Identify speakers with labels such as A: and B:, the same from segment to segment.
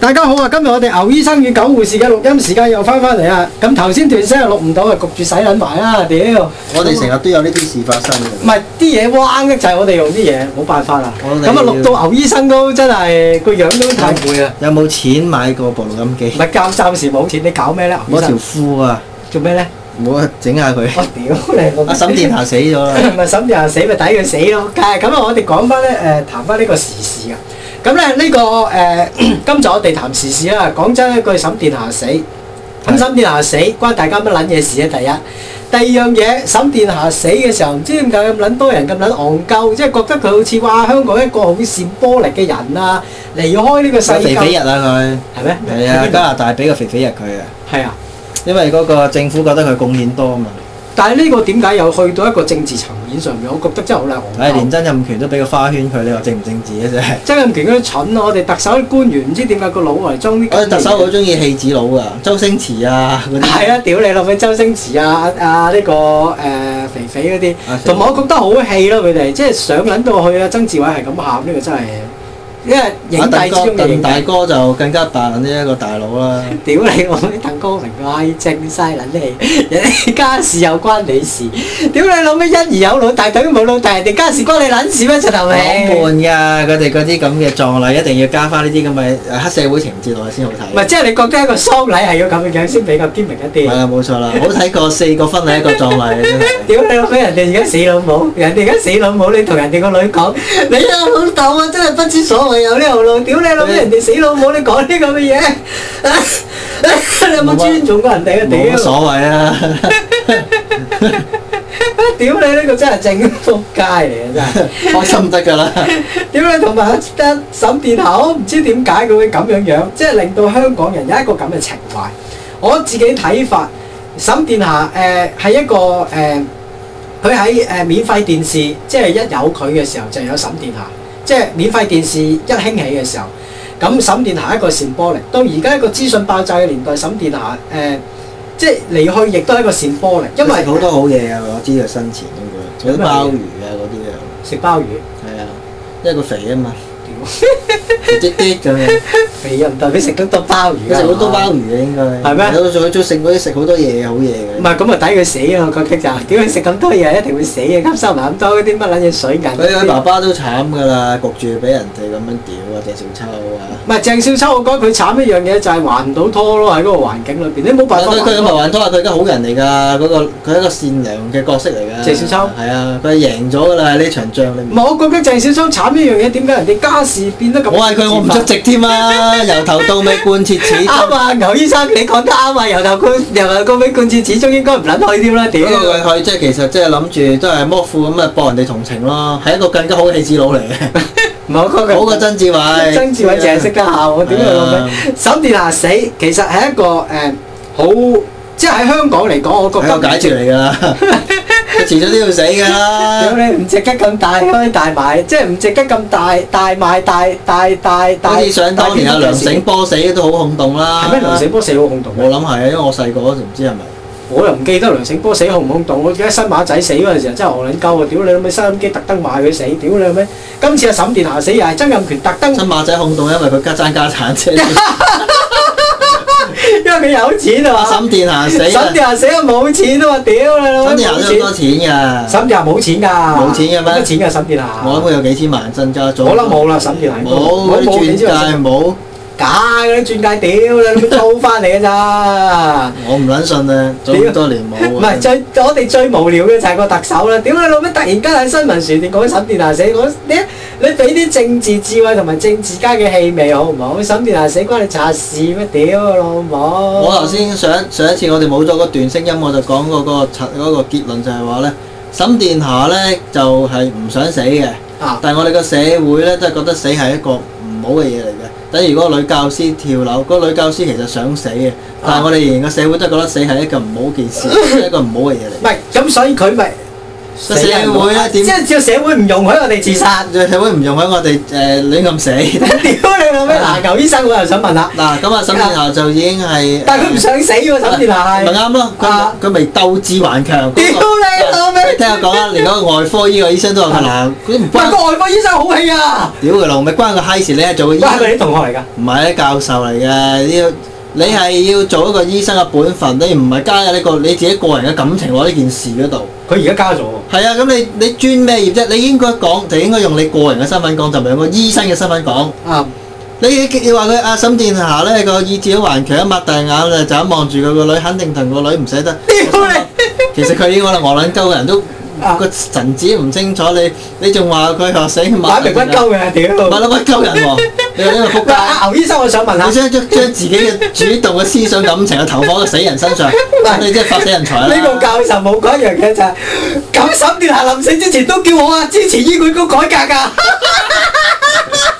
A: 大家好啊！今日我哋牛醫生與狗護士嘅錄音時間又翻返嚟啊！咁頭先段聲又錄唔到啊，焗住洗撚埋啦，屌！
B: 我哋成日都有呢啲事發生嘅。
A: 唔係啲嘢彎嘅就係我哋用啲嘢，冇辦法啦。
B: 我
A: 咁
B: 哋
A: 啊，錄到牛醫生都真係個樣都太攰啊！
B: 有冇錢買個部錄音
A: 唔
B: 機？
A: 係暫暫時冇錢，你搞咩咧？牛
B: 我
A: 醫生
B: 條褲啊，
A: 做咩咧？
B: 我整下佢。
A: 我屌你個！
B: 阿沈殿霞死咗啦，
A: 咪沈又死咪抵佢死咯，梗係咁啊！我哋講翻咧誒，談翻呢個時事啊。咁咧呢個誒、 今集我哋談時事啦。講真一句，沈殿霞死，咁
B: 係
A: 沈殿霞死關大家乜撚嘢事啊？第一，第二樣嘢，沈殿霞死嘅時候，唔知點解咁撚多人咁撚戇鳩，即係覺得佢好似哇香港一個好善波力嘅人啊，離開呢個世
B: 有肥肥日
A: 界
B: 啊
A: 係咩？
B: 佢。係啊， 加拿大俾個肥肥日佢啊，
A: 係啊。
B: 因為嗰個政府覺得佢貢獻多啊嘛。
A: 但係呢個點解又去到一個政治層面上面？我覺得真係好撚
B: 唉，
A: 戇鳩
B: 連。曾蔭權都俾個花圈佢，你話正唔正治啊？真係。
A: 曾蔭權嗰啲蠢啊！我哋特首啲官員唔知點解個腦嚟裝啲咁嘅嘢。
B: 我哋特首好中意戲子佬啊，周星馳啊嗰啲。
A: 係啊！屌你老味，周星馳啊啊呢個誒肥肥嗰啲
B: 啊，肥
A: 同埋我覺得好氣咯，佢哋即係上撚到去啊！曾志偉係咁喊，呢個真係，因為影帝之中嘅
B: 啊鄧
A: 影
B: 大
A: 帝。
B: 哥就更加白呢一個大佬啦。
A: 屌你老味，鄧光明個閪精嘥撚氣，人哋家事又關你事。屌你老味，一兒有老大，等於冇老大，人哋家事關你撚事咩？柒頭
B: 好
A: 味。
B: 悶㗎，佢哋嗰啲咁嘅葬禮一定要加翻呢啲咁嘅呃黑社會情節落去先好睇。
A: 唔係，即係你覺得一個喪禮係要咁嘅樣先比較鮮明一啲
B: 係。啦，冇錯啦，好睇過四個婚禮一個葬禮嘅真係。
A: 屌你老味，人哋而家死老母，人哋而家死老母，你同人哋個女講，你啊老豆啊真係不知所謂有呢條路，屌你老味，人哋死老母，你講呢咁嘅嘢，你有冇尊重過人哋啊？
B: 冇乜
A: 屌，
B: 所謂啊！
A: 屌你呢個真係正仆街嚟嘅真係。
B: 開心得㗎啦，
A: 屌你同埋阿沈殿霞，我唔知點解佢會咁樣樣，即係令到香港人有一個咁嘅情懷。我自己睇法，沈殿霞誒係一個誒，佢喺誒免費電視，即係一有佢嘅時候就有沈殿霞，即係免費電視一興起嘅時候，咁沈殿霞一個善波力。到而家一個資訊爆炸嘅年代，沈殿霞誒、即係離去亦都係一個善波力，因為
B: 佢食好多好嘢啊！我知佢生前嗰個，有啲鮑魚啊嗰啲啊，
A: 食鮑魚，
B: 係啊，因為佢肥啊嘛，
A: 屌
B: 滴滴咁 樣，
A: 肥人代表食得多鮑魚
B: 佢
A: 啊
B: 食好多鮑魚嘅應該。
A: 係咩
B: 佢仲佢仲食嗰啲食好多嘢好嘢
A: 唔
B: 嘅。
A: 係咁啊，抵佢死啊！我覺得就屌佢食咁多嘢，一定會死嘅，吸收埋咁多嗰啲乜撚嘢水銀。
B: 佢佢爸爸都慘㗎啦，焗住俾人哋咁樣屌啊，鄭少秋啊。
A: 唔係鄭少秋，我覺得佢慘一樣嘢就係還唔到拖咯，喺嗰個環境裏邊，你冇辦法還
B: 但係佢唔係還拖啊！佢而家好人嚟㗎，嗰個佢係一個善良嘅角色嚟㗎。
A: 謝少秋
B: 係啊，佢贏咗㗎啦！喺呢場仗裏面
A: 唔。係，我覺得鄭少秋慘一樣嘢，點解人哋家事變得咁？
B: 我係佢，我唔出。席 添啊！由頭到尾貫徹始
A: 啱
B: 終，
A: 啊，牛醫生，你講得啱啊！由頭冠由頭冠尾冠節，始終應該唔撚去添啦，屌
B: 嗰！個佢去即係其實即係諗住都係剝褲咁啊，博人哋同情咯，係一個更加好嘅戲子佬嚟嘅，
A: 唔係我覺得
B: 好過曾志偉。
A: 曾志偉淨係識得喊，我點解老
B: 係
A: 味
B: 啊？
A: 沈殿霞死其實係一個誒好，即係喺香港嚟講，我覺
B: 係
A: 得
B: 個解決嚟 㗎啦，佢遲早都要死㗎
A: 屌
B: 啦。
A: 你唔值得咁大開大賣，即係唔值得咁大大賣大大大大。
B: 好似想當年阿梁醒波死都好轟動啦。
A: 係咩？梁醒波死好轟動
B: 我
A: 咩？
B: 諗係啊，因為我細個嗰時唔知係咪。
A: 我又唔記得梁醒波死轟唔轟動。我記得新馬仔死嗰陣時候真係戇撚鳩啊！屌你老味，收音機特登買佢死，屌你老味！今次阿沈殿霞死又係曾蔭權特登，
B: 新馬仔轟動，因為佢家爭家產啫。
A: 因為佢有錢啊
B: 阿
A: 嘛。
B: 沈殿霞死啊
A: 沈！殿霞死啊冇錢啊嘛！屌你老味
B: 沈殿霞
A: 冇
B: 都好
A: 錢
B: 多。錢㗎，
A: 沈殿霞冇錢㗎，
B: 冇錢嘅咩
A: 冇乜錢㗎沈殿霞。
B: 我諗佢有幾千萬身家。
A: 我諗冇啦，沈殿霞應該
B: 冇嗰
A: 冇
B: 啲鑽
A: 錢之外
B: 戒冇。
A: 假嘅啲鑽戒，屌你老母租翻嚟嘅咋？
B: 我唔撚信啊！做咁多年冇啊，
A: 唔係最我哋最無聊嘅就係個特首啦，屌你老味！突然間喺新聞船段講沈殿霞死，我你你俾啲政治智慧同埋政治家嘅氣味好唔好？沈殿霞死關你查事咩？屌老母！
B: 我頭先上上一次我哋冇咗嗰段聲音，我就講過嗰個拆嗰個結論就係話咧，沈殿霞咧就係唔想死嘅，
A: 啊
B: 但係我哋個社會咧都係覺得死係一個唔好嘅嘢嚟嘅。等於嗰個女教師跳樓，嗰個女教師其實想死嘅，
A: 啊
B: 但係我哋仍然個社會都係覺得死係一個唔好件事，係一個唔好嘅嘢嚟。
A: 唔係咁，所以佢咪社
B: 社會咧
A: 即
B: 點
A: 係照社會唔容許我哋自 殺。
B: 社會唔容許我哋誒亂咁 死。
A: 屌你老味！嗱，牛醫生我又想問啦，
B: 嗱，咁啊，沈殿霞就已經係，
A: 但係佢唔想死喎，沈殿霞
B: 咪
A: 係。
B: 啱咯，
A: 啊
B: 佢佢咪鬥志頑強。
A: 屌你老味！
B: 聽我講啊，連嗰個外科醫個醫生都話嗱，佢唔
A: 喂，
B: 關
A: 個外國醫生好氣啊！
B: 屌佢老味，關佢閪事，你係做個醫
A: 喂，係咪
B: 生，
A: 你同學嚟㗎？
B: 唔係啲教授嚟嘅，你要你係要做一個醫生嘅本分，你唔係加入呢個你自己個人嘅感情喎呢件事嗰度。
A: 佢而家加咗喎。
B: 係啊，咁你你專咩業啫？你應該講就應該用你個人嘅身份講，就唔係用個醫生嘅身份講。
A: 啊，
B: 你你話佢阿啊沈殿霞咧個意志好頑強，一擘大眼啊就咁望住佢個女，肯定同個女唔捨得。
A: 屌你！
B: 其實佢已經可能我撚鳩嘅人都
A: 啊
B: 個神子唔清楚，你你仲話佢學死
A: 買平均鳩嘅，屌！
B: 買粒屈鳩人喎！你話呢個仆
A: 喂，
B: 街！
A: 阿牛醫生，我想問下
B: 你。將將自己嘅主動嘅思想感情去投放喺個死人身上，咁你真係發死人財啦！
A: 呢個教授冇講一樣嘢就係、咁沈殿霞臨死之前都叫我啊支持醫管局改革㗎，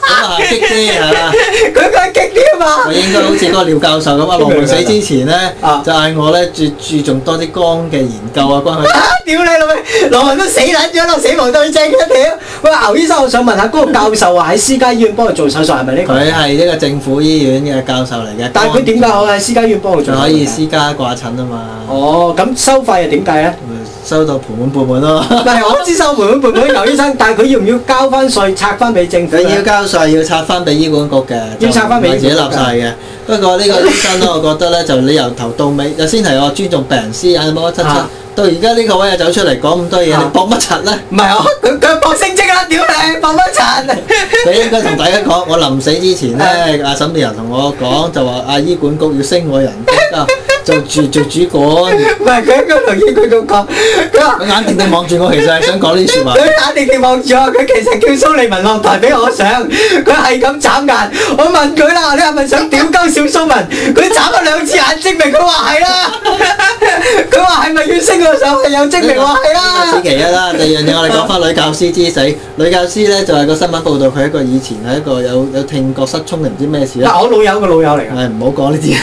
B: 咁啊激啲係嘛？
A: 佢講激啲啊
B: 我
A: 嘛。
B: 應該好似嗰個廖教授咁啊，龍門死之前咧
A: 啊，
B: 就嗌我咧注注重多啲光嘅研究啊，關 佢。
A: 啊！屌你老味，羅文都死撚咗落死亡對證嘅屌！喂，牛醫生，我想問下嗰、個教授話喺私家醫院幫佢做手術係咪呢個？
B: 佢係一個政府醫院嘅教授嚟嘅，
A: 但係佢點解我喺私家醫院幫佢做
B: 仲
A: 手術嘅？
B: 可以私家掛診啊嘛？
A: 哦，咁收費係點計咧？
B: 咪收到盤滿缽滿咯。
A: 但係我知收門本本牛醫生，但係佢要唔要交翻税拆翻俾政府
B: 佢
A: 呢？
B: 要交税要拆翻俾醫管局嘅，
A: 要拆返俾
B: 就唔係自己
A: 醫
B: 立
A: 管局
B: 晒嘅。不過呢個醫生咧，我覺得咧就你由頭到尾，就先係我尊重病人私隱乜乜七七
A: 啊，
B: 到而家呢個位又走出嚟講咁多嘢，你
A: 啊
B: 搏乜 柒咧？
A: 唔係啊，佢佢搏升職啦，屌你，搏乜柒？
B: 你應該同大家講，我臨死之前咧，阿沈殿霞同我講就話，啊阿醫管局要升我人工啊，做主做主管。
A: 唔係佢喺嗰度醫管局講，佢話
B: 佢眼定定望住我，其實係想講呢啲説話。
A: 佢打定定望住我，佢其實叫蘇利文落台俾我上，佢係咁眨眼。我問佢啦，你係咪想屌鳩小蘇文？佢眨咗兩次眼睛明，佢話係啦。佢話係咪要升我上去？有證明話係
B: 呢個
A: 啦
B: 此。其一啦，第二樣嘢我哋講翻女教師之死。女教師咧就係個新聞報導，佢一個以前係一個有有聽覺失聰定唔知咩事啦。
A: 嗱，我老友嘅老友嚟㗎。
B: 唉，唔好講呢啲，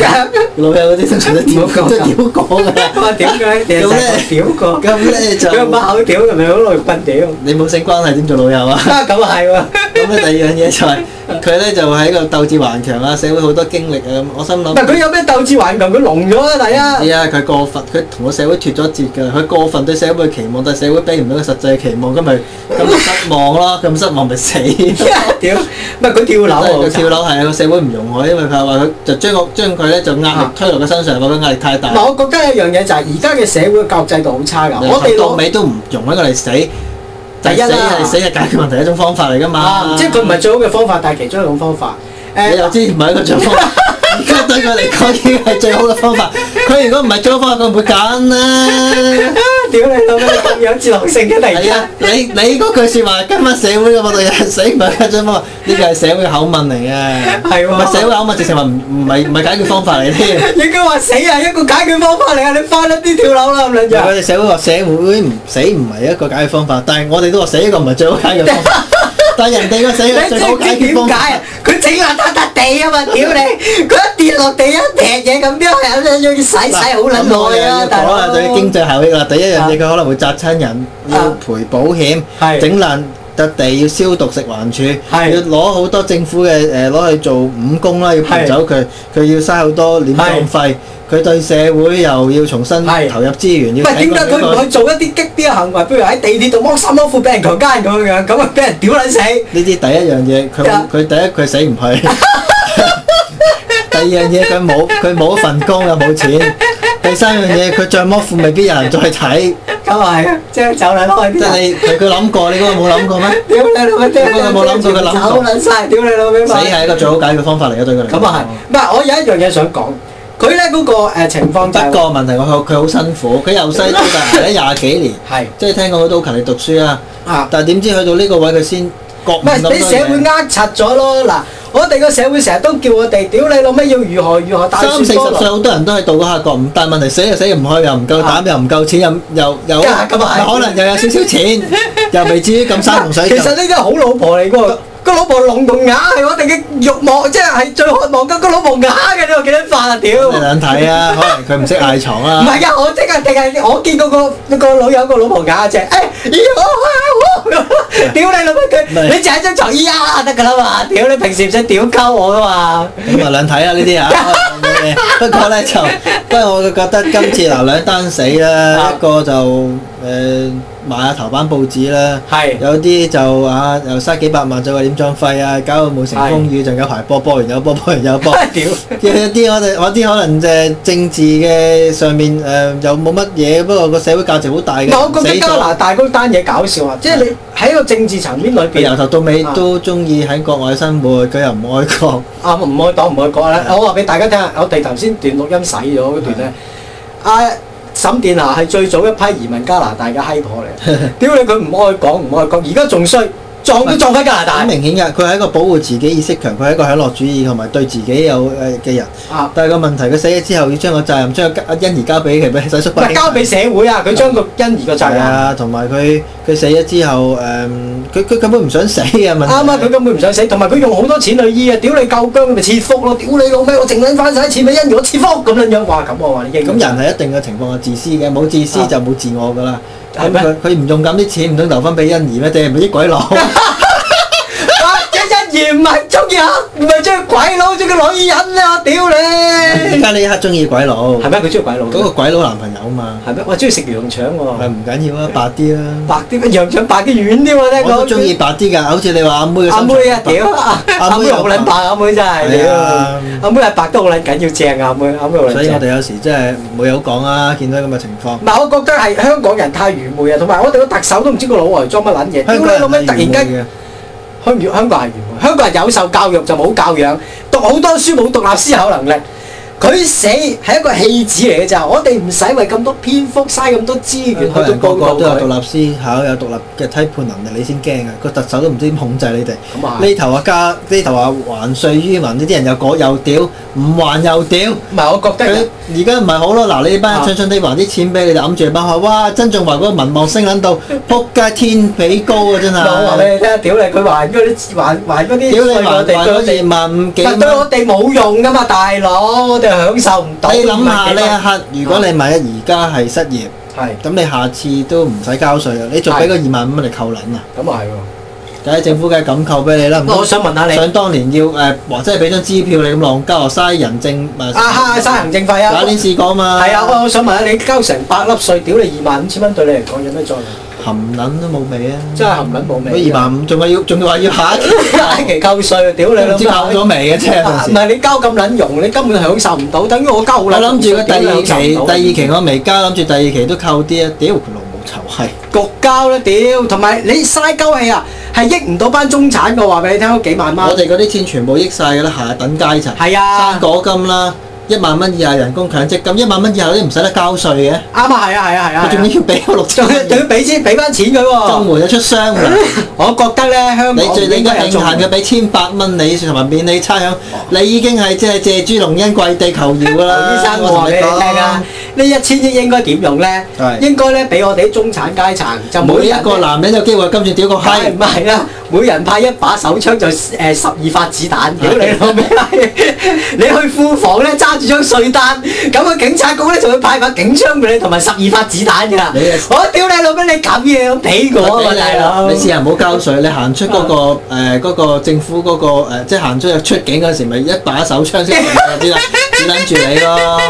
B: 老友嗰啲通常都屌
A: 唔好
B: 講，
A: 講
B: 都屌講㗎
A: 我話
B: 啦。
A: 點解？你
B: 咁
A: 係
B: 咧
A: 成日屌過？
B: 咁咧
A: 佢個
B: 就
A: 把口屌係咪好內棍屌？
B: 你冇性關係點做老友啊？
A: 啊，咁係喎。
B: 咁咧第二樣嘢就係佢咧就係一個鬥志頑強啊，社會好多經歷啊咁。我心
A: 唔
B: 諗
A: 係佢有咩鬥志頑強？佢聾咗啊！第一
B: 唔。知啊，佢過分，佢同個社會脱咗節㗎。佢過分對社會嘅期望，但係社會俾唔到佢實際嘅期望，咁咪咁咪失望咯， 咁失望咪死。
A: 屌，唔係佢跳樓
B: 佢
A: 喎，
B: 跳樓係個社會唔容許，因為佢話佢就將個將佢咧就壓力推落佢身上，話佢壓力太
A: 唔
B: 大，
A: 係，我覺得一樣嘢就係而家嘅社會教育制度好差㗎。我哋
B: 由頭到
A: 攞
B: 尾都唔容許佢哋死。
A: 第一
B: 就係死
A: 啦
B: 係死係解決問題一種方法嚟㗎嘛
A: 啊，，即係佢唔係最好嘅方法，但係其中一種方法。
B: 你
A: 誒
B: 又知 唔係一個最好方法，而家對佢嚟講已經係最好嘅方法。佢如果唔係最好方法，佢唔會揀啦。
A: 屌你老味，你咁有哲學性嘅突然
B: 係
A: 間
B: 啊，， 你你嗰句説話，今晚社會嘅我哋係死唔係一種方法，呢個係社會口吻嚟嘅。
A: 係
B: 唔係社
A: 喎。
B: 會口吻，直情話唔唔係唔係解決方法 嚟添。
A: 應該話死係一個解決方法嚟啊！你快甩啲跳樓啦咁
B: 唔係
A: 兩
B: 我
A: 樣。
B: 哋社會話社會唔死唔係一個解決方法，但係我哋都話死一個唔係最好解決方 法。但係人哋個死係
A: 你
B: 最
A: 知
B: 好
A: 唔知
B: 解決
A: 點
B: 方
A: 解
B: 法
A: 啊。？佢整邋遢笪地啊嘛！屌你，佢一跌落地一撇嘢咁樣，係咁樣要洗洗
B: 嗱
A: 好撚耐啊！
B: 咁
A: 大
B: 我
A: 佬
B: 哋要講下對經濟效益啦。第一樣
A: 啊
B: 嘢佢可能會砸親人，要
A: 啊
B: 賠保險，
A: 係
B: 整爛笪地要消毒食環署，
A: 係
B: 要攞好多政府嘅誒攞去做五工啦，要賠
A: 係
B: 走佢，佢要嘥好多殮葬費，佢對社會又要重新
A: 係
B: 投入資源，
A: 唔
B: 要
A: 係
B: 請
A: 點
B: 個
A: 解佢唔去做一啲激啲嘅行為？譬如喺地鐵度剝衫剝褲俾人強姦咁樣，咁啊俾人屌撚死。
B: 呢啲第一樣嘢，佢
A: 啊
B: 佢第一佢死唔去，第二樣嘢佢冇佢冇一份工又冇錢，第三樣嘢佢着魔褲未必有人再睇，
A: 咁啊係啊，即係走撚開
B: 即
A: 啲
B: 係
A: 人。
B: 你佢佢諗過，你嗰個冇諗 過咩？
A: 屌你老味，屌
B: 你冇諗過佢諗過
A: 走撚晒，屌你老味
B: 死係一個最好解決方法嚟嘅對佢嚟講。
A: 啊咁啊係，唔係我有一樣嘢想講，佢咧嗰個誒情況就
B: 不
A: 係
B: 過問題佢佢佢好辛苦，佢由細到大捱咗廿幾年，
A: 係
B: 即係聽講佢都好勤力讀書啊，
A: 啊，
B: 但係點知去到呢個位佢先覺悟
A: 唔
B: 咁
A: 係
B: 多
A: 俾社會
B: 嘢。
A: 呃柒咗咯嗱。我哋個社會成日都叫我哋屌你老味要如何如何大
B: 三四十
A: 雪
B: 歲
A: 菠蘿，
B: 好多人都係到嗰下覺悟，但係問題死又死唔開，又唔夠
A: 啊
B: 膽，又唔夠錢，又又又
A: 咁啊係
B: 可能又有少少錢，又未至於咁山窮 水
A: 其實
B: 盡。
A: 呢啲係好老婆嚟㗎喎。個老婆聾同啞係我哋嘅欲望，即係係最渴望嘅。個老婆啞嘅，你話幾多發啊？屌！
B: 你兩睇啊，可能佢唔識嗌床啊
A: 唔
B: 啦。
A: 係㗎，我即係定係我見過個個老友個老婆啞只，誒咦我啊我，屌你老母佢，
B: 唔係
A: 你就喺張床依啊得㗎啦嘛，屌你平時唔使屌鳩我㗎嘛，
B: 咁啊兩睇啦呢啲啊，可能冇嘢不過咧就，不過我就覺得今次嗱兩單死啦，一個就誒、呃、買下頭版報紙啦，
A: 係
B: 有啲就啊又嘥幾百萬做個點裝費啊，搞到冇成風雨，就有排波波完有波波完有波。
A: 屌
B: 有一啲我哋我啲可能誒政治嘅上面誒、呃又冇乜嘢，不過個社會價值好大嘅。
A: 我覺得
B: 死
A: 加
B: 咗
A: 拿大嗰單嘢搞笑啊！即係你喺個政治層面裏
B: 佢
A: 邊，
B: 由頭到尾
A: 啊
B: 都中意喺國外生活，佢又唔愛國。
A: 啊唔愛黨唔愛國咧，我話俾大家聽，我哋頭先段錄音洗咗嗰段咧，阿沈殿霞係最早一批移民加拿大嘅閪婆嚟，屌你佢唔愛港唔愛國，而家仲衰撞都撞翻加拿
B: 好
A: 大
B: 明顯㗎，佢係一個保護自己意識強，佢係一個享樂主義同埋對自己有誒嘅人。
A: 啊！
B: 但係個問題，佢死咗之後要將個責任 將個阿欣兒交俾佢俾洗叔
A: 唔係交俾社會啊！佢將個欣兒個責
B: 係
A: 任啱
B: 啊，同埋佢佢死咗之後誒，嗯佢佢根本唔想死嘅問題。
A: 啊！佢根本唔想死，同埋佢用好多錢去醫啊！屌你夠姜，咪切腹咯！屌你老味，我淨撚翻晒錢俾欣兒，我切腹咁樣樣。哇！咁我話你應
B: 咁人係一定嘅情況係自私嘅，冇自私
A: 啊
B: 就冇自我㗎啦。
A: 係
B: 咁
A: 咩
B: 佢佢唔用咁啲錢，唔通留翻俾欣兒咩？定係咪啲鬼 佬？
A: 啊！欣兒唔係中意黑，唔係中意鬼佬，中意女人啊！屌你
B: 而
A: 係
B: 家你一刻中意鬼佬，
A: 咩？佢中意鬼佬
B: 嗰個鬼佬男朋友嘛，
A: 係咩？我中意食羊腸
B: 係
A: 喎，
B: 唔緊要啊，白啲啦。
A: 白啲羊腸白啲軟啲喎，
B: 我
A: 聽
B: 都
A: 講
B: 中意白啲㗎，好似你話阿妹嘅
A: 阿
B: 心
A: 妹啊！
B: 腸
A: 屌啊 阿
B: 阿
A: 妹
B: 妹
A: 好撚白，阿妹真係
B: 係
A: 屌
B: 啊
A: 阿妹係白得好撚緊要正啊！阿妹阿妹好撚
B: 所以
A: 正
B: 我。哋有時真係冇有講啊，見到咁嘅情況
A: 唔。係，我覺得係香港人太愚昧啊，同埋我哋個特首都唔知個腦袋裝乜撚嘢，屌
B: 香港
A: 你
B: 人
A: 老味！突然間，
B: 間
A: 香港香港係愚昧，香港人有受教育就冇教養，讀好多書冇獨立思考能力。佢死係一個棄子嚟嘅咋，我哋唔使為咁多篇幅嘥咁多資源
B: Ờ,
A: 去到
B: 人個
A: 報
B: 個
A: 導
B: 都有
A: 佢。
B: 獨立思考，有獨立嘅批判能力，你先驚啊！個特首都唔知點控制你哋。
A: 咁啊係，
B: 呢頭話加，呢頭話還税於民，呢啲人又講又屌，唔還又屌。
A: 唔係我覺得
B: 佢
A: 人
B: 而家唔係好咯，嗱你班
A: 啊
B: 人蠢蠢地還啲錢俾你，就揞住包話，哇！曾俊華嗰個民望升撚到撲街天比高啊，真
A: 唔係我話
B: 係！
A: 俾你聽，屌你佢還嗰啲還還嗰啲
B: 屌你
A: 稅
B: 還
A: 我
B: 還
A: 哋對我
B: 咗
A: 哋
B: 二萬五幾
A: 但對
B: 蚊。
A: 我哋冇用噶嘛，大佬，我哋享受唔到。
B: 你諗下
A: 唔係幾多
B: 呢一刻，如
A: 啊
B: 果你萬一而家係失業，
A: 係
B: 咁你下次都唔使交税啊！你仲俾個二萬五嚟扣撚啊？
A: 咁啊係喎。
B: 梗係政府梗係咁扣俾你啦。唔
A: 我
B: 通
A: 想問下你，
B: 想當年要誒，或者係俾張支票你咁浪交啊，嘥人證咪
A: 啊哈，嘥行政費啊
B: 有！一年試過嘛？
A: 係啊，我我想問下你交成百粒稅，屌你二萬五千蚊對你嚟講有咩作用？
B: 含撚都冇味啊！
A: 真係含撚冇味。
B: 嗰二萬五仲話要，仲要話 要下一期，
A: 萬期扣稅，屌你
B: 唔知
A: 老
B: 扣
A: 母！
B: 咗未嘅啫
A: 啊
B: 嗰
A: 唔
B: 陣時。
A: 係你交咁撚用，你根本享受唔到，等於我交好
B: 我
A: 撚多
B: 諗
A: 稅。
B: 住個第
A: 屌
B: 二
A: 你享
B: 期，
A: 受唔到
B: 第二期我未交，諗住第二期都扣啲啊！屌佢老母臭閪！
A: 焗交啦，屌！同埋你嘥鳩氣啊，係益唔到班中產嘅話俾你聽，嗰幾萬蚊
B: 我。哋嗰啲錢全部益晒㗎啦，下等階層。
A: 係啊
B: 生，果金啦，一萬蚊以下人工強積金，一萬蚊以下嗰啲唔使得交稅
A: 啱
B: 嘅，
A: 啊，係啊，係啊，係啊
B: 佢仲
A: 係啊。
B: 要俾我六
A: 仲
B: 千
A: 要仲
B: 蚊，
A: 要俾錢俾翻錢佢
B: 周
A: 喎。
B: 末有出商啦。
A: 我覺得咧，香港
B: 你最
A: 唔
B: 你
A: 應
B: 嘅
A: 該
B: 慶
A: 有做
B: 幸嘅俾千八蚊你，同埋免你差餉，你已經係即係借豬隆恩跪地求饒 㗎啦。
A: 劉醫生，我話俾你聽啊，呢一千億應該點用咧？
B: 係
A: 應該咧俾我哋啲中產階層就
B: 我同你講，每
A: 每
B: 一個男人有機會今次屌個
A: 梗係
B: 閪
A: 唔。係啦？每人派一把手槍就誒十二發子彈，屌你老味！ 你去庫房咧揸住張稅單，咁個警察局咧就會派把警槍俾你，同埋十二發子彈㗎
B: 你啊。
A: 我屌你老味！你咁嘢咁俾我啊嘛，大佬！
B: 你試下唔好交稅，你行出嗰個誒嗰個政府嗰個誒，即係行出去出境嗰時，咪一把手槍先指撚指撚住你咯。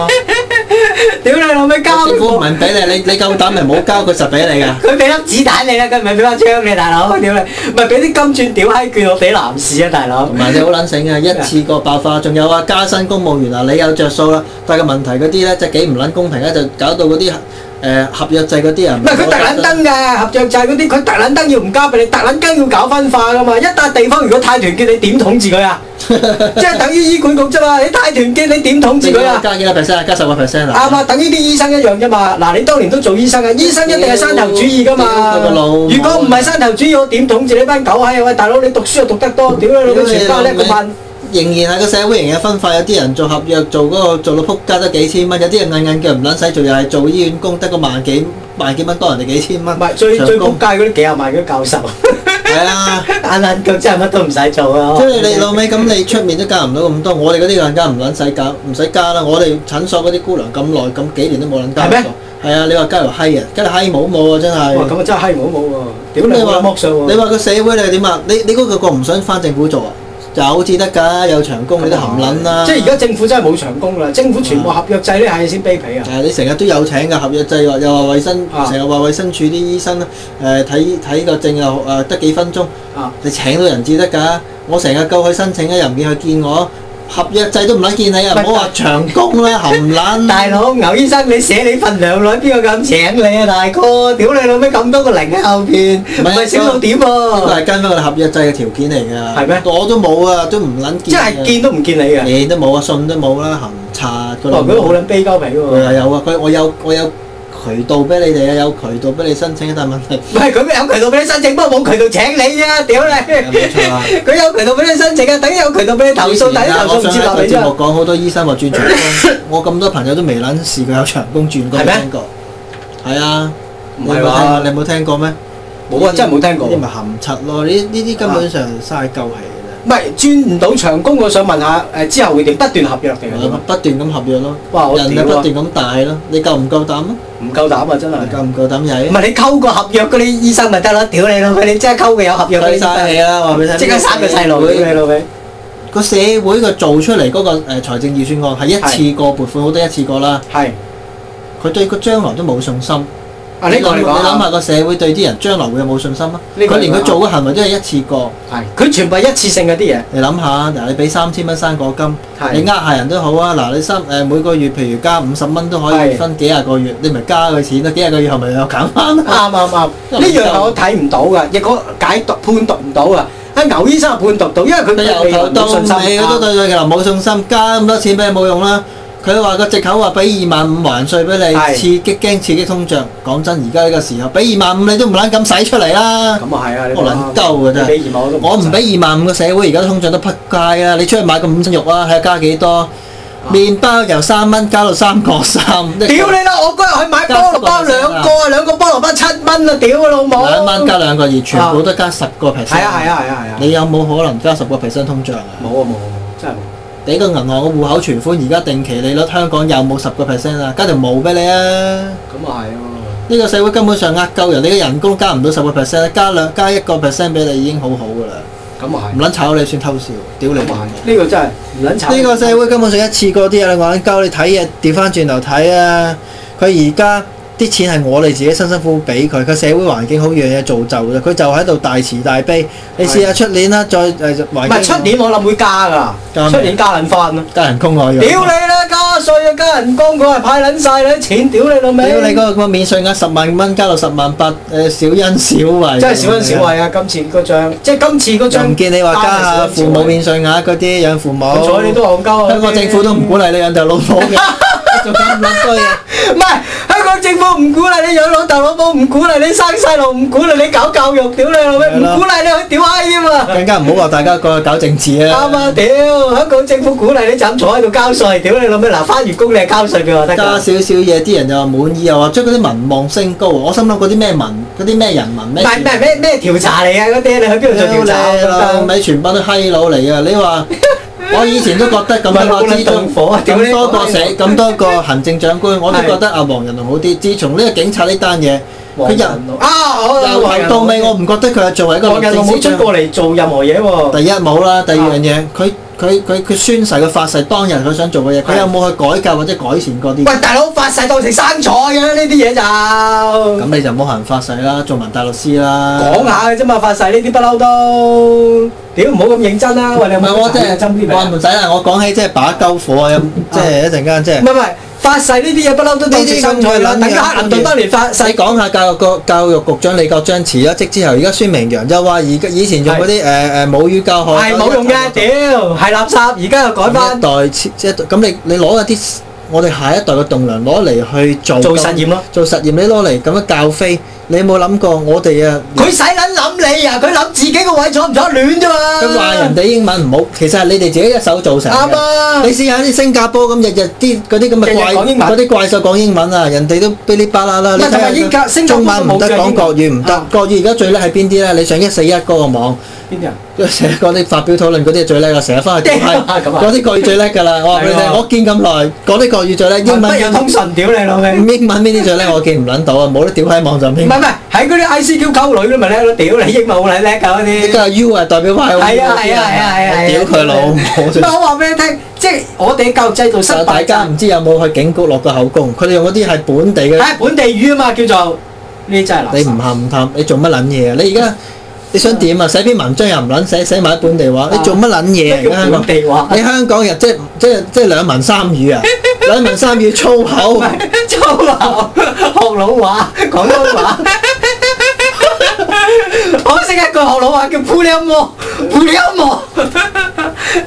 A: 屌你老味！交
B: 政府唔係俾你，你你夠膽咪冇交，佢實俾你㗎。
A: 佢俾粒子彈你啦，佢唔係俾把槍你，大佬！屌你，唔係俾啲金鑽屌閪券我俾男士啊，大佬
B: 同！埋你好撚醒啊！一次過爆發，仲有啊加薪公務員啊，你有着數啦。但係個問題嗰啲咧，就幾唔撚公平咧，就搞到嗰啲誒合約制嗰啲人
A: 唔係佢特撚登嘅合約制嗰啲，佢特撚登要唔交俾你，特撚登要搞分化噶嘛。一笪地方如果太團結，你點統治佢 啊？即係等於醫管局啫嘛。你太團結，你點統治
B: 政府
A: 佢啊？
B: 加幾多 percent 啊？加十個 percent 啊？
A: 啱啊，等於啲醫生一樣啫嘛。嗱，你當年都做醫生啊，醫生一定係山頭主義噶嘛
B: 屌佢個。老母
A: 如果啊唔係山頭主義，我點統治你班狗閪啊？喂，大佬你讀書又讀得多，屌你老
B: 屌
A: 味，
B: 你
A: 全家
B: 老
A: 叻
B: 味
A: 過萬
B: 仍然係個社會仍然有分化，有啲人做合約做嗰、個做到撲街得幾千蚊，有啲人硬硬腳唔撚使做，又係做醫院工得個萬幾萬幾蚊多人哋幾千蚊。
A: 唔係最
B: 長
A: 最撲
B: 工
A: 街嗰啲幾廿萬嗰啲教授，
B: 係啊！
A: 眼眼腳真係乜都唔使做啊！
B: 即係你老尾咁，你出面都加唔到咁多，我哋嗰啲更加唔撚使加，唔使加啦。我哋診所嗰啲姑娘咁耐咁幾年都冇撚加
A: 係咩
B: 過。係啊，你話加條閪啊，加條閪冇冇啊，真係。
A: 哇咁啊真係閪冇冇喎，屌
B: 咁
A: 你
B: 你
A: 話
B: 話
A: 剝削喎！
B: 你話個社會你係點啊？你你嗰個個唔想翻政府做啊？有至得㗎，有長工你都含撚啦。
A: 即係而家政府真係冇長工啦，政府全部合約制呢係先卑鄙啊！
B: 誒，你成日都有請㗎合約制，又又話衞生
A: 啊，
B: 成日話衞生署啲醫生誒睇睇個症又誒得幾分鐘，
A: 啊，
B: 你請到人至得㗎。我成日夠佢申請啊，又唔見佢見我。合約制都唔撚見你啊！
A: 喂
B: 唔好話長工 啦，含撚。
A: 大佬牛醫生，你寫你份糧女，邊個敢請你啊？大哥，屌你老味咁多個零喺後邊，唔
B: 係
A: 係少到點
B: 都
A: 喎？
B: 係跟翻個合約制嘅條件嚟㗎。
A: 係咩
B: 我都冇啊，都唔撚見。
A: 真係見都唔見你嘅，
B: 你都冇啊，信都冇啦，含擦個
A: 哇！哦佢都好撚卑鳩皮
B: 佢
A: 喎。
B: 又有啊，佢我有我有渠道俾你哋啊，有渠道俾你申請，但係問 題
A: 唔係佢有渠道俾你申請，不過冇渠道請你啊！屌你，
B: 係冇錯啊啦。
A: 佢有渠道俾你申請啊，等於有渠道俾你投訴，但係啲投訴唔接納你
B: 啊
A: 啊
B: 我上一個節目
A: 啫。
B: 講好多醫生話轉長 工，我咁多朋友都未撚試過有長工轉過，
A: 係咩
B: 冇聽過。係啊，
A: 唔
B: 你
A: 係
B: 有冇聽
A: 話
B: 你有冇聽過咩？
A: 冇啊，真係冇聽過
B: 呢。啲咪含柒咯，呢呢啲根本上嘥鳩氣
A: 唔係轉唔到長工，我想問下誒之後會點？不斷合約定係
B: 嘅
A: 點
B: 啫
A: 啊，？
B: 不斷咁合約咯，
A: 哇！我
B: 人啊
A: 屌
B: 不
A: 啊
B: 斷，咁大咯，你夠唔夠膽啊？
A: 唔夠膽啊！真係
B: 你。夠唔夠膽曳
A: 唔
B: 啊？
A: 係你溝個合約嗰啲醫生咪得咯，屌你老味！你真係溝個有合約嗰啲
B: 嘥
A: 醫生哦
B: 曬氣啦，話俾你聽。
A: 即刻生個細路，屌你老味！
B: 個社會個做出嚟嗰個誒財政預算案係一次過撥款好多一次過啦，
A: 係
B: 佢對個將來都冇信心。
A: 啊，呢
B: 你
A: 個
B: 諗
A: 你
B: 你諗
A: 講
B: 下個社會對啲人將來會有冇信心啊？
A: 呢個
B: 佢連
A: 你
B: 佢
A: 講
B: 做嘅行為都係一次過。
A: 係佢全部係一次性嗰啲嘢，
B: 你諗下，嗱，你俾三千蚊生果金，你
A: 係
B: 呃下人都好啊。嗱，你三誒每個月譬如加五十蚊都可以
A: 係
B: 分幾廿個月，你咪加佢錢咯。幾廿個月後咪又減翻
A: 啱啱啱，
B: 因
A: 呢
B: 為
A: 樣我睇唔到㗎，亦我解讀判讀唔到啊！啊牛醫生係判讀到，因為佢
B: 佢
A: 對
B: 由
A: 未來
B: 頭到
A: 冇信心
B: 尾都
A: 啊。
B: 對佢人冇信心，加咁多錢俾佢冇用啦。佢話個藉口話俾二萬五還税俾你，
A: 係
B: 刺激驚刺激通脹。講真，而家呢個時候俾二萬五你都唔撚咁使出嚟啦。
A: 咁啊係啊，你
B: 我
A: 講
B: 撚鳩㗎真係
A: 你俾二萬我都
B: 我唔俾二萬五個社會，而家通脹都撲街啦！你出去買個五斤肉啦，睇下加幾多？麵包由三蚊加到三個三，
A: 屌你啦！我嗰日去買菠蘿包兩個啊，兩個菠蘿包七蚊啊！屌老母！
B: 兩蚊加兩個二，全部都加十個 percent。
A: 係啊係啊係啊係啊！
B: 你有冇可能加十個 percent 通脹啊？
A: 冇啊冇啊冇，真係冇。
B: 你個銀行嘅戶口存款而家定期利率香港有冇十個 percent 啊？加條毛俾你啊！
A: 咁啊係喎。
B: 呢個社會根本上呃鳩人，你嘅人工加唔到十個 percent，加兩加一個 percent 俾你已經好好噶啦，
A: 咁啊
B: 唔撚炒你算偷笑，屌
A: 係，
B: 你！
A: 咁啊係，呢個真係唔撚慘。
B: 呢個社會根本上一次過啲嘢你玩鳩，你睇嘢調翻轉頭睇啊！佢而家啲錢係我哋自己辛辛苦苦俾佢，佢社會環境好樣嘢造就嘅，佢就喺度大慈大悲。你試下出年啦，再誒
A: 唔
B: 環境
A: 係出年我諗會加
B: 加
A: 㗎，
B: 咩
A: 出年加撚翻啦。
B: 加人工我要
A: 屌你啦，加税啊，加人工嗰係派撚晒你啲錢，屌你老味！
B: 屌你嗰個免稅額十萬蚊加到十萬八誒小恩小惠，
A: 真係小恩小惠啊！今次嗰張，即係今次嗰
B: 又
A: 張
B: 唔見你話加
A: 單係小
B: 下
A: 恩小
B: 父
A: 惠
B: 母免稅額嗰啲養父母，
A: 我睬你都戇鳩啊！
B: 香港政府都唔鼓勵你養大老母嘅，做咁撚多嘢。
A: 唔係香港政府唔鼓勵你養老豆老母，唔鼓勵你生細路，唔鼓勵你搞教育，屌你老味！
B: 係
A: 唔
B: 咯
A: 鼓勵你去屌閪添啊！
B: 更加唔好話大家個搞政治啊！
A: 啱啊！屌，香港政府鼓勵你就咁坐喺度交税，屌你老味！嗱，翻完工你係交税俾我得㗎。
B: 加少少嘢，啲人又話滿意，又話將嗰啲民望升高。啊我心諗嗰啲咩民，嗰啲咩人民
A: 唔
B: 咩？
A: 係唔係咩咩調查嚟啊？嗰啲你去邊度做調查啊？
B: 屌你
A: 咁
B: 咪全班都閪佬嚟啊！你 話我以前都覺得咁
A: 咪
B: 樣
A: 冇
B: 話
A: 撚
B: 知
A: 動火啊屌你
B: 咁多個社
A: 講起
B: 咁多個行政長官，我都
A: 係
B: 覺得阿啊黃仁龍好啲。自從呢個警察呢單嘢，佢
A: 黃
B: 由
A: 仁龍啊，好啊
B: 由頭到尾，我唔覺得佢係作為一個
A: 黃
B: 律
A: 仁龍
B: 政司
A: 冇出
B: 長。
A: 過嚟做任何嘢喎。
B: 第一冇
A: 啊
B: 啦，第二樣嘢，佢佢佢佢宣誓佢發誓當日佢想做嘅嘢，佢
A: 係
B: 有冇去改革或者改善過啲嘢？
A: 喂，大佬發晒當成生菜嘅呢啲嘢就
B: 咁你就唔好行法誓啦，做文大律師啦。
A: 講下嘅啫嘛，發晒呢啲不嬲都，屌唔好咁認真啦！喂，你有
B: 唔係
A: 冇
B: 我即
A: 認
B: 係
A: 真啲
B: 話唔
A: 咩？
B: 使啦，我講起即係把鳩火啊，即係一陣間即係
A: 唔。係唔係，發晒呢啲嘢不嬲都當成生菜啦。
B: 呢啲咁嘅撚
A: 等
B: 嘢
A: 家林頓當年發
B: 細
A: 晒，
B: 講下教育局教育局長李國章辭咗職之後，而家孫明揚就話而家以前用嗰啲誒誒母語教學
A: 係冇用嘅，屌係垃圾，而家又改
B: 咁
A: 翻
B: 一代切即係咁你你攞一啲我哋下一代嘅棟梁攞嚟去做
A: 做實驗咯。
B: 做實驗，你攞嚟咁樣教飛，你有冇諗過我哋啊？
A: 佢使撚諗你啊！佢諗自己個位坐唔坐亂啫嘛。
B: 佢話人哋英文唔好，其實係你哋自己一手造成嘅
A: 啱啊
B: 你試下啲新加坡咁，日日啲嗰啲咁
A: 日
B: 嘅
A: 日
B: 怪
A: 講英文
B: 嗰啲怪獸講英文啊，人哋都噼哩啪啦啦。
A: 唔係
B: 你睇下
A: 同埋英格新加坡
B: 中文唔得，
A: 都冇嘅
B: 講國語唔
A: 英文
B: 得
A: 啊。
B: 國語而家最叻係邊啲咧？你上一四一嗰個網，
A: 邊啲啊？
B: 寫嗰啲發表討論嗰啲係最叻噶，成 日翻去睇
A: 咁啊
B: 嗰啲國語最叻㗎啦。我話俾你
A: 係
B: 聽，
A: 喎
B: 我見咁耐，嗰啲國語最叻，
A: 文
B: 英
A: 不有通
B: 文
A: 訊屌你老味！
B: 英文邊啲最叻，我見唔撚到啊！冇得屌喺網上
A: 唔係
B: 邊。
A: 唔係，喺嗰啲 ICQ 溝女都咪叻咯，屌你英文好撚叻㗎嗰
B: 即
A: 啲。
B: 係 U 啊，代表派好
A: 係啊係啊係啊係啊！
B: 屌佢老母！
A: 唔係我話俾你聽，即係我哋教育制度失
B: 但大
A: 敗就
B: 家
A: 係
B: 唔知有冇去警局落過口供？佢哋用嗰啲係本地嘅，
A: 係本地語啊嘛，叫做呢啲真係垃圾
B: 你唔喊唔氹，你做乜撚嘢啊？你
A: 嗯
B: 而家你想點啊？寫篇文章又唔撚寫，寫埋本地話，你做乜撚嘢啊？
A: 咩
B: 而家
A: 叫本
B: 香港，
A: 地話？
B: 你香港人即係即係即係兩文三 語啊！兩文三語粗口，
A: 粗口、學老話、廣東話。我識一句學老話叫普利摩，普利摩。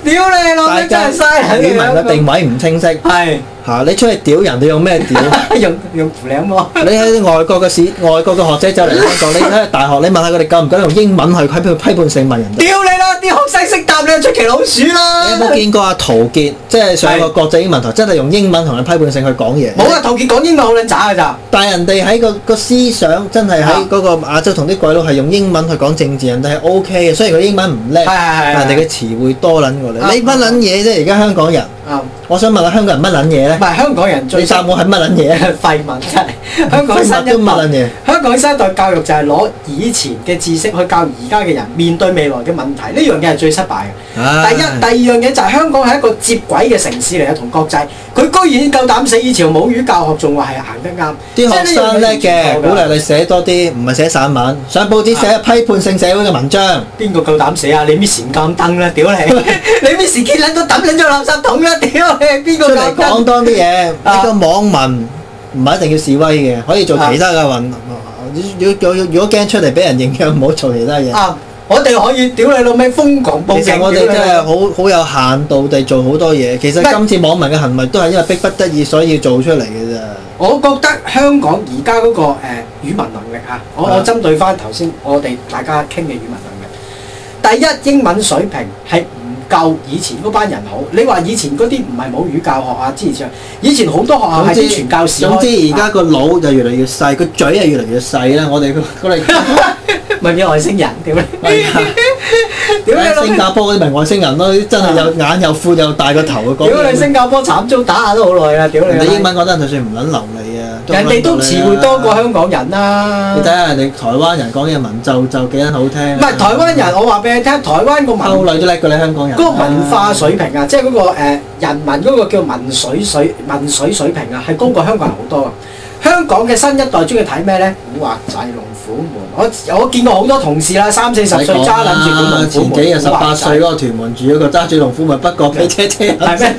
A: 屌你老
B: 大
A: 味，真
B: 家
A: 係嘥
B: 語
A: 氣
B: 文啊嘅定位唔清晰
A: 係
B: 嚇，你出去屌人，你用咩 屌？
A: 用用普利摩。
B: 你喺外國嘅市，外國嘅學者走嚟香港，你睇下大學，你問下佢哋夠唔夠用英文去批判批判性問人哋？
A: 屌你啦！啲學生識答你就出奇老鼠啦。
B: 你有冇見過阿陶傑，即係上個國際英文台，真係用英文同人批判性去講嘢？
A: 冇啊！陶傑講英文好撚渣㗎咋。
B: 但係人哋喺個個思想真係
A: 啊
B: 喺嗰個亞洲同啲鬼佬係用英文去講政治，人哋係 O K 嘅。雖然佢英文唔叻，
A: 係係係啊
B: 但係人哋嘅詞彙多撚過你。
A: 啱
B: 你乜撚嘢啫？而家香港人，
A: 啊，
B: 我想問下香港人乜撚嘢
A: 唔
B: 咧？
A: 係香港人
B: 你
A: 最
B: 答我係乜撚嘢？
A: 廢文真係香港新
B: 乜
A: 一
B: 都乜
A: 代
B: 撚。嘢？
A: 香港新一代教育就係攞以前嘅知識去教而家嘅人面對未來嘅問題，呢樣嘢係最失敗嘅。 第
B: 唉
A: 一、第二樣嘢就係香港係一個接軌嘅城市嚟嘅，同國際，佢居然夠膽死以前母語教學，仲話係行得啱。
B: 啲學生叻嘅，鼓勵
A: 你
B: 你寫多啲，唔係寫散文，上報紙寫批判性社會嘅文章。
A: 邊個夠膽死啊？你 Miss 唔夠膽登啦，屌 你！你 Miss 結撚都抌撚咗垃圾桶啦，屌你！邊
B: 出
A: 個夠膽
B: 嚟講
A: 登？
B: 多啲嘢，
A: 啊
B: 呢個網民唔係一定要示威嘅，可以做其他嘅
A: 啊
B: 運。如果如果如果驚出嚟俾人影響，唔好做其他嘢。
A: 啊！我哋可以屌你老味瘋狂報
B: 其實
A: 警，
B: 我哋真
A: 屌你
B: 係好好有限度地做好多嘢。其
A: 唔係
B: 實今次網民嘅行為都係因為逼不得已，所以做出嚟嘅咋。
A: 我覺得香港而家嗰個誒、呃、語文能力啊，我
B: 啊
A: 我針對翻頭先我哋大家傾嘅語文能力。第一，英文水平係唔夠以前嗰班人好。你話以前嗰啲唔係母語教學啊，之前上以前好多學啊校係啲傳教士開
B: 總之而家
A: 啊
B: 個腦就越嚟越細，個嘴係越嚟越細啦。我哋 我 哋
A: 咪叫外星人屌 你，
B: 係啊
A: 屌你老
B: 新
A: 味
B: 加坡嗰啲咪外星人咯，真係又眼又闊又大個頭嘅講
A: 屌你
B: 嘢。
A: 新加坡慘遭打壓都好耐啦，屌你
B: 人
A: 老味
B: 哋英文講得就算唔撚流利啊，
A: 人哋都詞匯多過
B: 香。
A: 香港人啦、
B: 你睇下人哋台灣人講嘢文就就幾撚好聽啊。
A: 唔係台灣人，我話俾你聽，台灣個文
B: 溝女都叻過你香港人。
A: 嗰個文化水平啊，即係嗰個、呃、人民嗰個叫文水水文水水平啊，係高過香港人好多啊！香港嘅新一代中意睇咩咧？古惑仔、龍虎門，我我見過好多同事啦，三四十
B: 唔
A: 歲
B: 使
A: 揸
B: 講啦
A: 撚住本龍虎
B: 前
A: 門，
B: 幾日十八歲
A: 咯，
B: 嗰個屯門住嗰個揸住龍虎咪北角俾車車。
A: 係咩？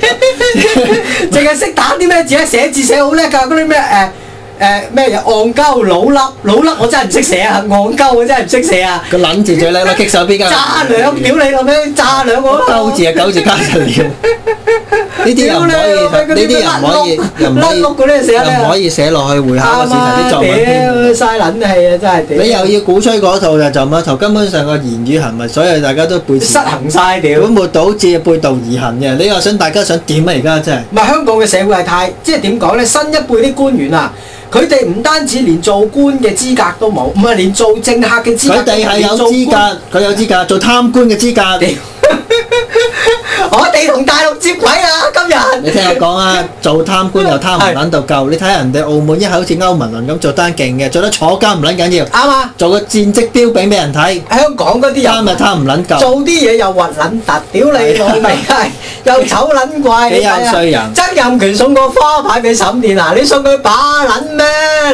A: 淨係識打啲咩字咧？啊寫字寫好叻㗎，嗰啲咩誒誒咩嘢？戇鳩老笠老笠，我真係唔識寫啊！戇鳩我真係唔識寫啊！
B: 個撚字最叻啦，棘手邊間？
A: 炸兩，屌你老味，炸兩我
B: 鳩字啊，九字加實料。呢啲又唔可以，呢啲又唔可以，又唔可以，
A: 甩碌嗰啲寫咧
B: 又唔可以寫落去會
A: 啱
B: 考嘅試題啲
A: 啊！
B: 作
A: 屌，
B: 文添。
A: 嘥撚氣啊！真係屌，
B: 你又要鼓吹嗰套就就乜頭，根本上個言語行為，所以大家都背
A: 失
B: 詞。
A: 衡晒屌。
B: 本末倒置，背道而行嘅。你又想大家想點啊？而家真係。
A: 唔係香港嘅社會係太，即係點講咧？新一輩啲官員啊，佢哋唔單止連做官嘅資格都冇，唔係連做政客嘅資格
B: 佢
A: 都冇。
B: 哋係有
A: 連
B: 資
A: 做官。
B: 格，佢有資格做貪官嘅資格。
A: 我哋同大陸接軌啦，今日。
B: 你聽我講啊，做貪官又貪唔撚到夠。你睇下人哋澳門一係好似歐文倫咁做單勁嘅，做得坐監唔撚緊要，
A: 啱啊！
B: 做個戰績標炳俾人睇，
A: 香港嗰啲
B: 貪咪
A: 人
B: 貪唔撚夠。
A: 做啲嘢又核撚突，屌你老味，係又醜撚怪。
B: 啊幾
A: 你睇
B: 有
A: 下
B: 衰人
A: 曾蔭權送個花牌俾沈殿啊霞，你送佢把撚咩？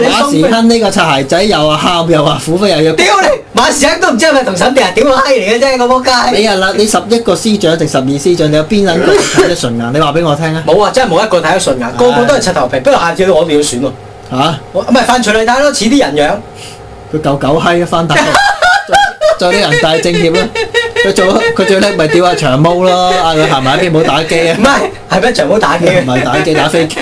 A: 你
B: 馬
A: 送
B: 時
A: 佢。
B: 亨呢個擦鞋仔又話喊又話苦，又要
A: 屌你，馬時亨都唔知係咪同沈地人屌個閪嚟嘅啫，個仆街！
B: 你啊啦！你十一個司長定十二司長，你有邊撚個睇得順眼？你話俾我聽啊！
A: 冇啊，真係冇一個睇得順眼，個個都係柒頭皮。不如下次我哋要選喎，
B: 嚇，
A: 我唔係范徐麗泰咯，似 啲人樣。
B: 佢夠狗閪啊！翻大陸做做啲人大政協啦，佢做佢最叻咪屌下長毛咯，嗌佢行埋一邊唔好打機啊
A: 唔，係係咩長毛打機
B: 唔
A: 嘅？
B: 係打機打飛機。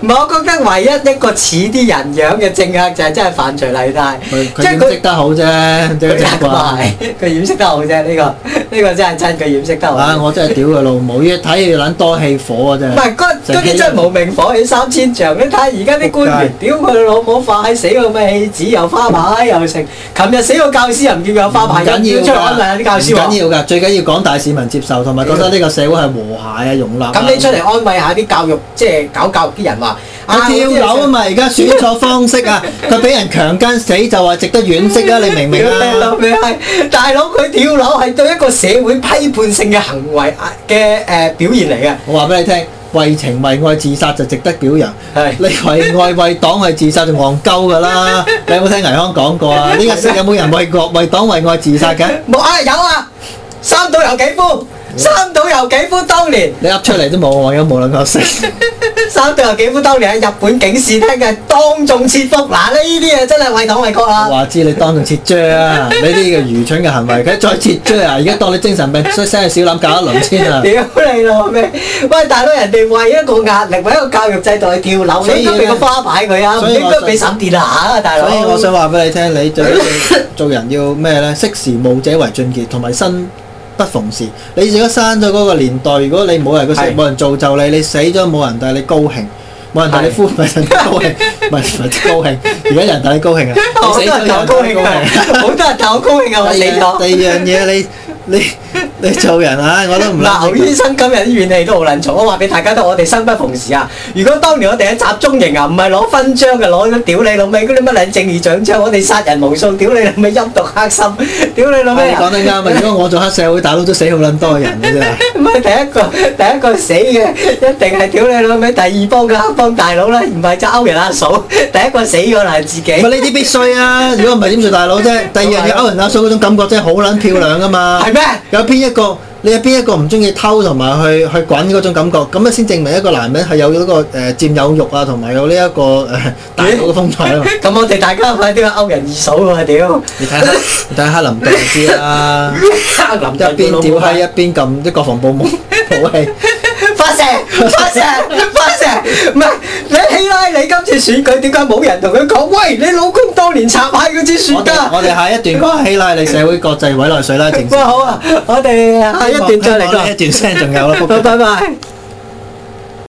A: 唔係，我覺得唯一一個似啲人樣嘅政客就係真係犯罪麗泰，
B: 佢
A: 即
B: 佢
A: 係
B: 掩飾
A: 佢
B: 得好 啫，即
A: 佢呃
B: 係啩。
A: 埋， 佢掩飾得好啫。呢個呢個真係真，佢掩飾得
B: 啊！
A: 好。
B: 我真係屌佢老母，一睇佢撚多氣火啊！真
A: 唔
B: 係。
A: 係嗰嗰啲真係無名火起三千丈，你睇下而家啲官員，屌佢老母快死個咩戲子又花牌又成，琴日死個教師又唔見佢有花牌，
B: 唔緊
A: 又
B: 要
A: 唔叫出嚟安慰下啲教師
B: 㗎，唔
A: 喎。
B: 緊要㗎，最緊要講大市民接受，同埋覺得呢個社會係和諧啊、容納啊。
A: 咁你出嚟安慰下啲教育，即係搞教育啲人話，
B: 佢跳樓啊嘛！而家選錯方 式啊，佢俾人強姦死就話值得惋惜啊！你明唔明
A: 屌你老
B: 啊？
A: 味係大佬佢跳樓係對一個社會批判性嘅行為啊嘅誒表現嚟嘅，
B: 我話俾你聽，為情為愛自殺就值得表揚。
A: 係
B: 你為愛為黨去自殺就戇鳩㗎啦！你有冇聽倪康講過啊？呢個世有冇人為國為黨為愛自殺嘅？
A: 冇啊有啊，三島由紀夫，三島由紀夫當年。
B: 你噏出嚟都冇我有冇兩 個識？
A: 三對有幾夫當年喺日本警視廳嘅當眾切腹，嗱呢啲嘢真係為黨為國啦。
B: 話知你當眾切 啫啊！你呢個愚蠢嘅行為，佢再切啫啊！而家當你 精神病，所以先去小欖搞一輪先啊！
A: 屌你老味！喂，大佬，人哋為一個壓力，為一個教育制度去跳樓，
B: 所
A: 你
B: 以
A: 應該
B: 咧
A: 俾個花牌佢啊，唔
B: 所以
A: 應
B: 我
A: 該俾審電下啊，大佬。
B: 所以我想話俾你聽，你最緊要做人要咩呢？識時務者為俊傑，同埋身不逢時。你如果生咗嗰個年代，如果你冇人個
A: 係
B: 冇人造就你，你死咗冇人帶你高興，冇人帶你
A: 係
B: 歡，唔 係高興，唔係唔係高興。而家有人帶你高興啊！
A: 好多
B: 你死咗
A: 人
B: 有
A: 替 我高
B: 人帶你
A: 興啊！好多人替我高興啊！我死
B: 第二
A: 咗。
B: 第二樣嘢，你你你做人啊，我都唔
A: 嗱，牛
B: 撚明白
A: 醫生今日啲怨氣都好撚重，我話俾大家聽，我哋生不逢時啊！如果當年我哋喺集中營啊，唔係攞勳章嘅，攞咗屌你老味嗰啲乜撚正義獎章，我哋殺人無數，屌你老味陰毒黑 心，屌你老味
B: 你
A: 啊！
B: 講得啱啊！如果我做黑社會打佬，都死好撚多人嘅真係。
A: 唔係第一個，第一個死嘅一定係屌你老味，第二幫嘅黑幫大佬啦，唔係就歐人阿嫂， 第一個死咗啦係自己
B: 唔。係呢啲必須啊！如果唔係點做大佬啫？第二樣嘢歐人阿嫂嗰種感覺真係好撚漂亮噶嘛。
A: 係咩？
B: 有邊一個？你有邊一個唔中意偷同埋去去滾嗰種感覺？咁啊先證明一個男人係有嗰、個誒、呃、佔有欲啊，同埋有呢、一個誒、呃大佬嘅風采啊嘛！
A: 咁我哋大家快啲去歐人二嫂喎 屌！
B: 你睇下，你睇下克林頓就知啦，
A: 林
B: 一邊屌閪一邊撳啲國防部武武器。
A: 發射發射發射，唔係你希拉里今次選舉點解冇人同佢講？喂，你老公當年插喺嗰支
B: 我
A: 雪
B: 哋
A: 茄。
B: 我哋下一段 講希拉里社會國際委內瑞拉政治
A: 喂，。好啊，我哋下一段再嚟
B: 呢一
A: 講。
B: 段聲仲有啦，仆街
A: 拜拜。